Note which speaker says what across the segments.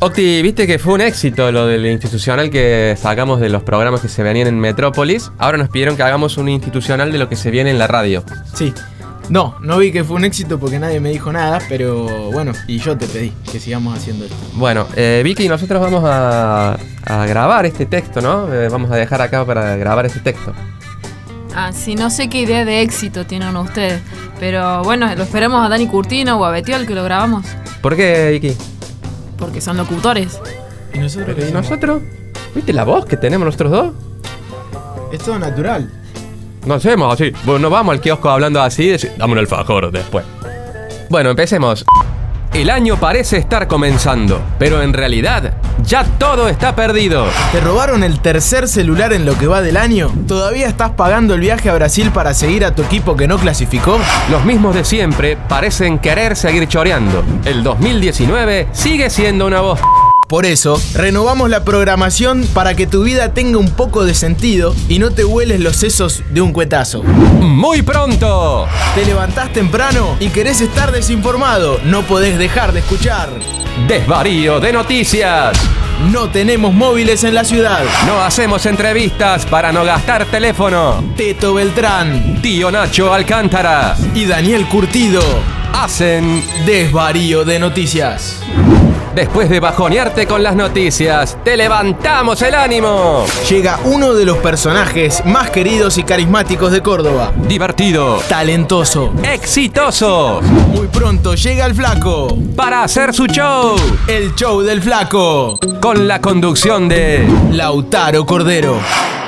Speaker 1: Octi, viste que fue un éxito lo del institucional que sacamos de los programas que se venían en Metrópolis. Ahora nos pidieron que hagamos un institucional de lo que se viene en la radio.
Speaker 2: Sí. No, no vi que fue un éxito porque nadie me dijo nada, pero bueno, y yo te pedí que sigamos haciendo esto.
Speaker 1: Bueno, eh, Vicky, nosotros vamos a, a grabar este texto, ¿no? Eh, vamos a dejar acá para grabar este texto.
Speaker 3: Ah, sí, no sé qué idea de éxito tienen ustedes. Pero bueno, lo esperamos a Dani Curtino o a Betiol que lo grabamos.
Speaker 1: ¿Por qué, Vicky?
Speaker 3: Porque son locutores.
Speaker 2: ¿Y nosotros?
Speaker 1: ¿Y nosotros? ¿Viste la voz que tenemos nosotros dos?
Speaker 2: Es todo natural.
Speaker 1: No hacemos así. Bueno, no vamos al kiosco hablando así. deci- Dame un alfajor después. Bueno, empecemos. El año parece estar comenzando, pero en realidad ya todo está perdido.
Speaker 2: ¿Te robaron el tercer celular en lo que va del año? ¿Todavía estás pagando el viaje a Brasil para seguir a tu equipo que no clasificó?
Speaker 1: Los mismos de siempre parecen querer seguir choreando. El 2019 sigue siendo una voz.
Speaker 2: Por eso, renovamos la programación para que tu vida tenga un poco de sentido y no te hueles los sesos de un cuetazo.
Speaker 1: Muy pronto.
Speaker 2: Te levantás temprano y querés estar desinformado, no podés dejar de escuchar.
Speaker 1: Desvarío de noticias.
Speaker 2: No tenemos móviles en la ciudad.
Speaker 1: No hacemos entrevistas para no gastar teléfono.
Speaker 2: Teto Beltrán
Speaker 1: Tío Nacho Alcántara.
Speaker 2: y Daniel Curtido.
Speaker 1: Hacen
Speaker 2: Desvarío de noticias.
Speaker 1: Después de bajonearte con las noticias, te levantamos el ánimo.
Speaker 2: Llega uno de los personajes más queridos y carismáticos de Córdoba.
Speaker 1: Divertido,
Speaker 2: Talentoso.
Speaker 1: exitoso,
Speaker 2: Muy pronto llega el flaco.
Speaker 1: para hacer su show,
Speaker 2: El show del flaco.
Speaker 1: con la conducción de...
Speaker 2: Lautaro Cordero.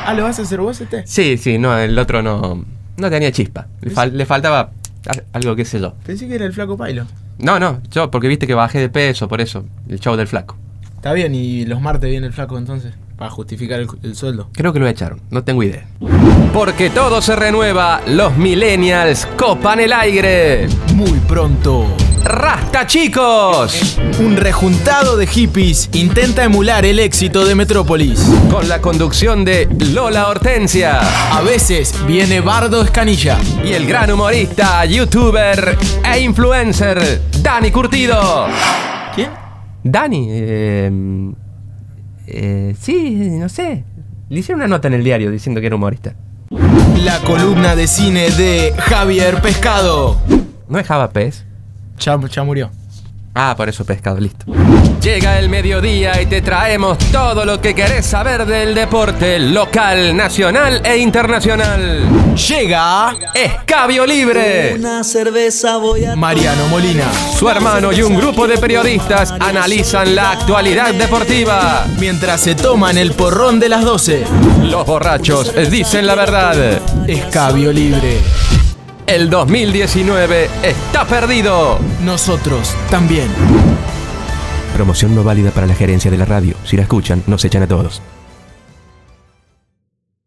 Speaker 2: Ah, ¿lo vas a hacer vos este?
Speaker 1: Sí, sí, no, el otro no... No tenía chispa. Le, fal- le faltaba al- algo, qué sé yo.
Speaker 2: Pensé que era el flaco Pailo.
Speaker 1: No, no, yo, porque viste que bajé de peso, por eso, el show del flaco.
Speaker 2: Está bien, y los martes viene el flaco entonces, para justificar el, el sueldo.
Speaker 1: Creo que lo echaron, no tengo idea. Porque todo se renueva, los millennials copan el aire.
Speaker 2: Muy pronto.
Speaker 1: ¡Rasta, chicos!
Speaker 2: Un rejuntado de hippies intenta emular el éxito de Metrópolis.
Speaker 1: con la conducción de Lola Hortensia
Speaker 2: A veces viene Bardo Escanilla.
Speaker 1: y el gran humorista, youtuber e influencer Dani Curtido.
Speaker 2: ¿Quién?
Speaker 1: Dani, eh, eh, sí, no sé. Le hicieron una nota en el diario diciendo que era humorista.
Speaker 2: La columna de cine de Javier Pescado.
Speaker 1: ¿No es Java Pez?
Speaker 2: Ya, ya murió.
Speaker 1: Ah, por eso pescado, listo. Llega el mediodía y te traemos todo lo que querés saber del deporte local, nacional e internacional.
Speaker 2: Llega
Speaker 1: ¡Escabio libre!
Speaker 4: Una cerveza voy a
Speaker 2: Mariano Molina.
Speaker 1: Su hermano y un grupo de periodistas analizan la actualidad deportiva.
Speaker 2: Mientras se toman el porrón de las 12.
Speaker 1: Los borrachos dicen la verdad.
Speaker 2: Escabio libre.
Speaker 1: El 2019 está perdido.
Speaker 2: Nosotros también.
Speaker 1: Promoción no válida para la gerencia de la radio. Si la escuchan, nos echan a todos.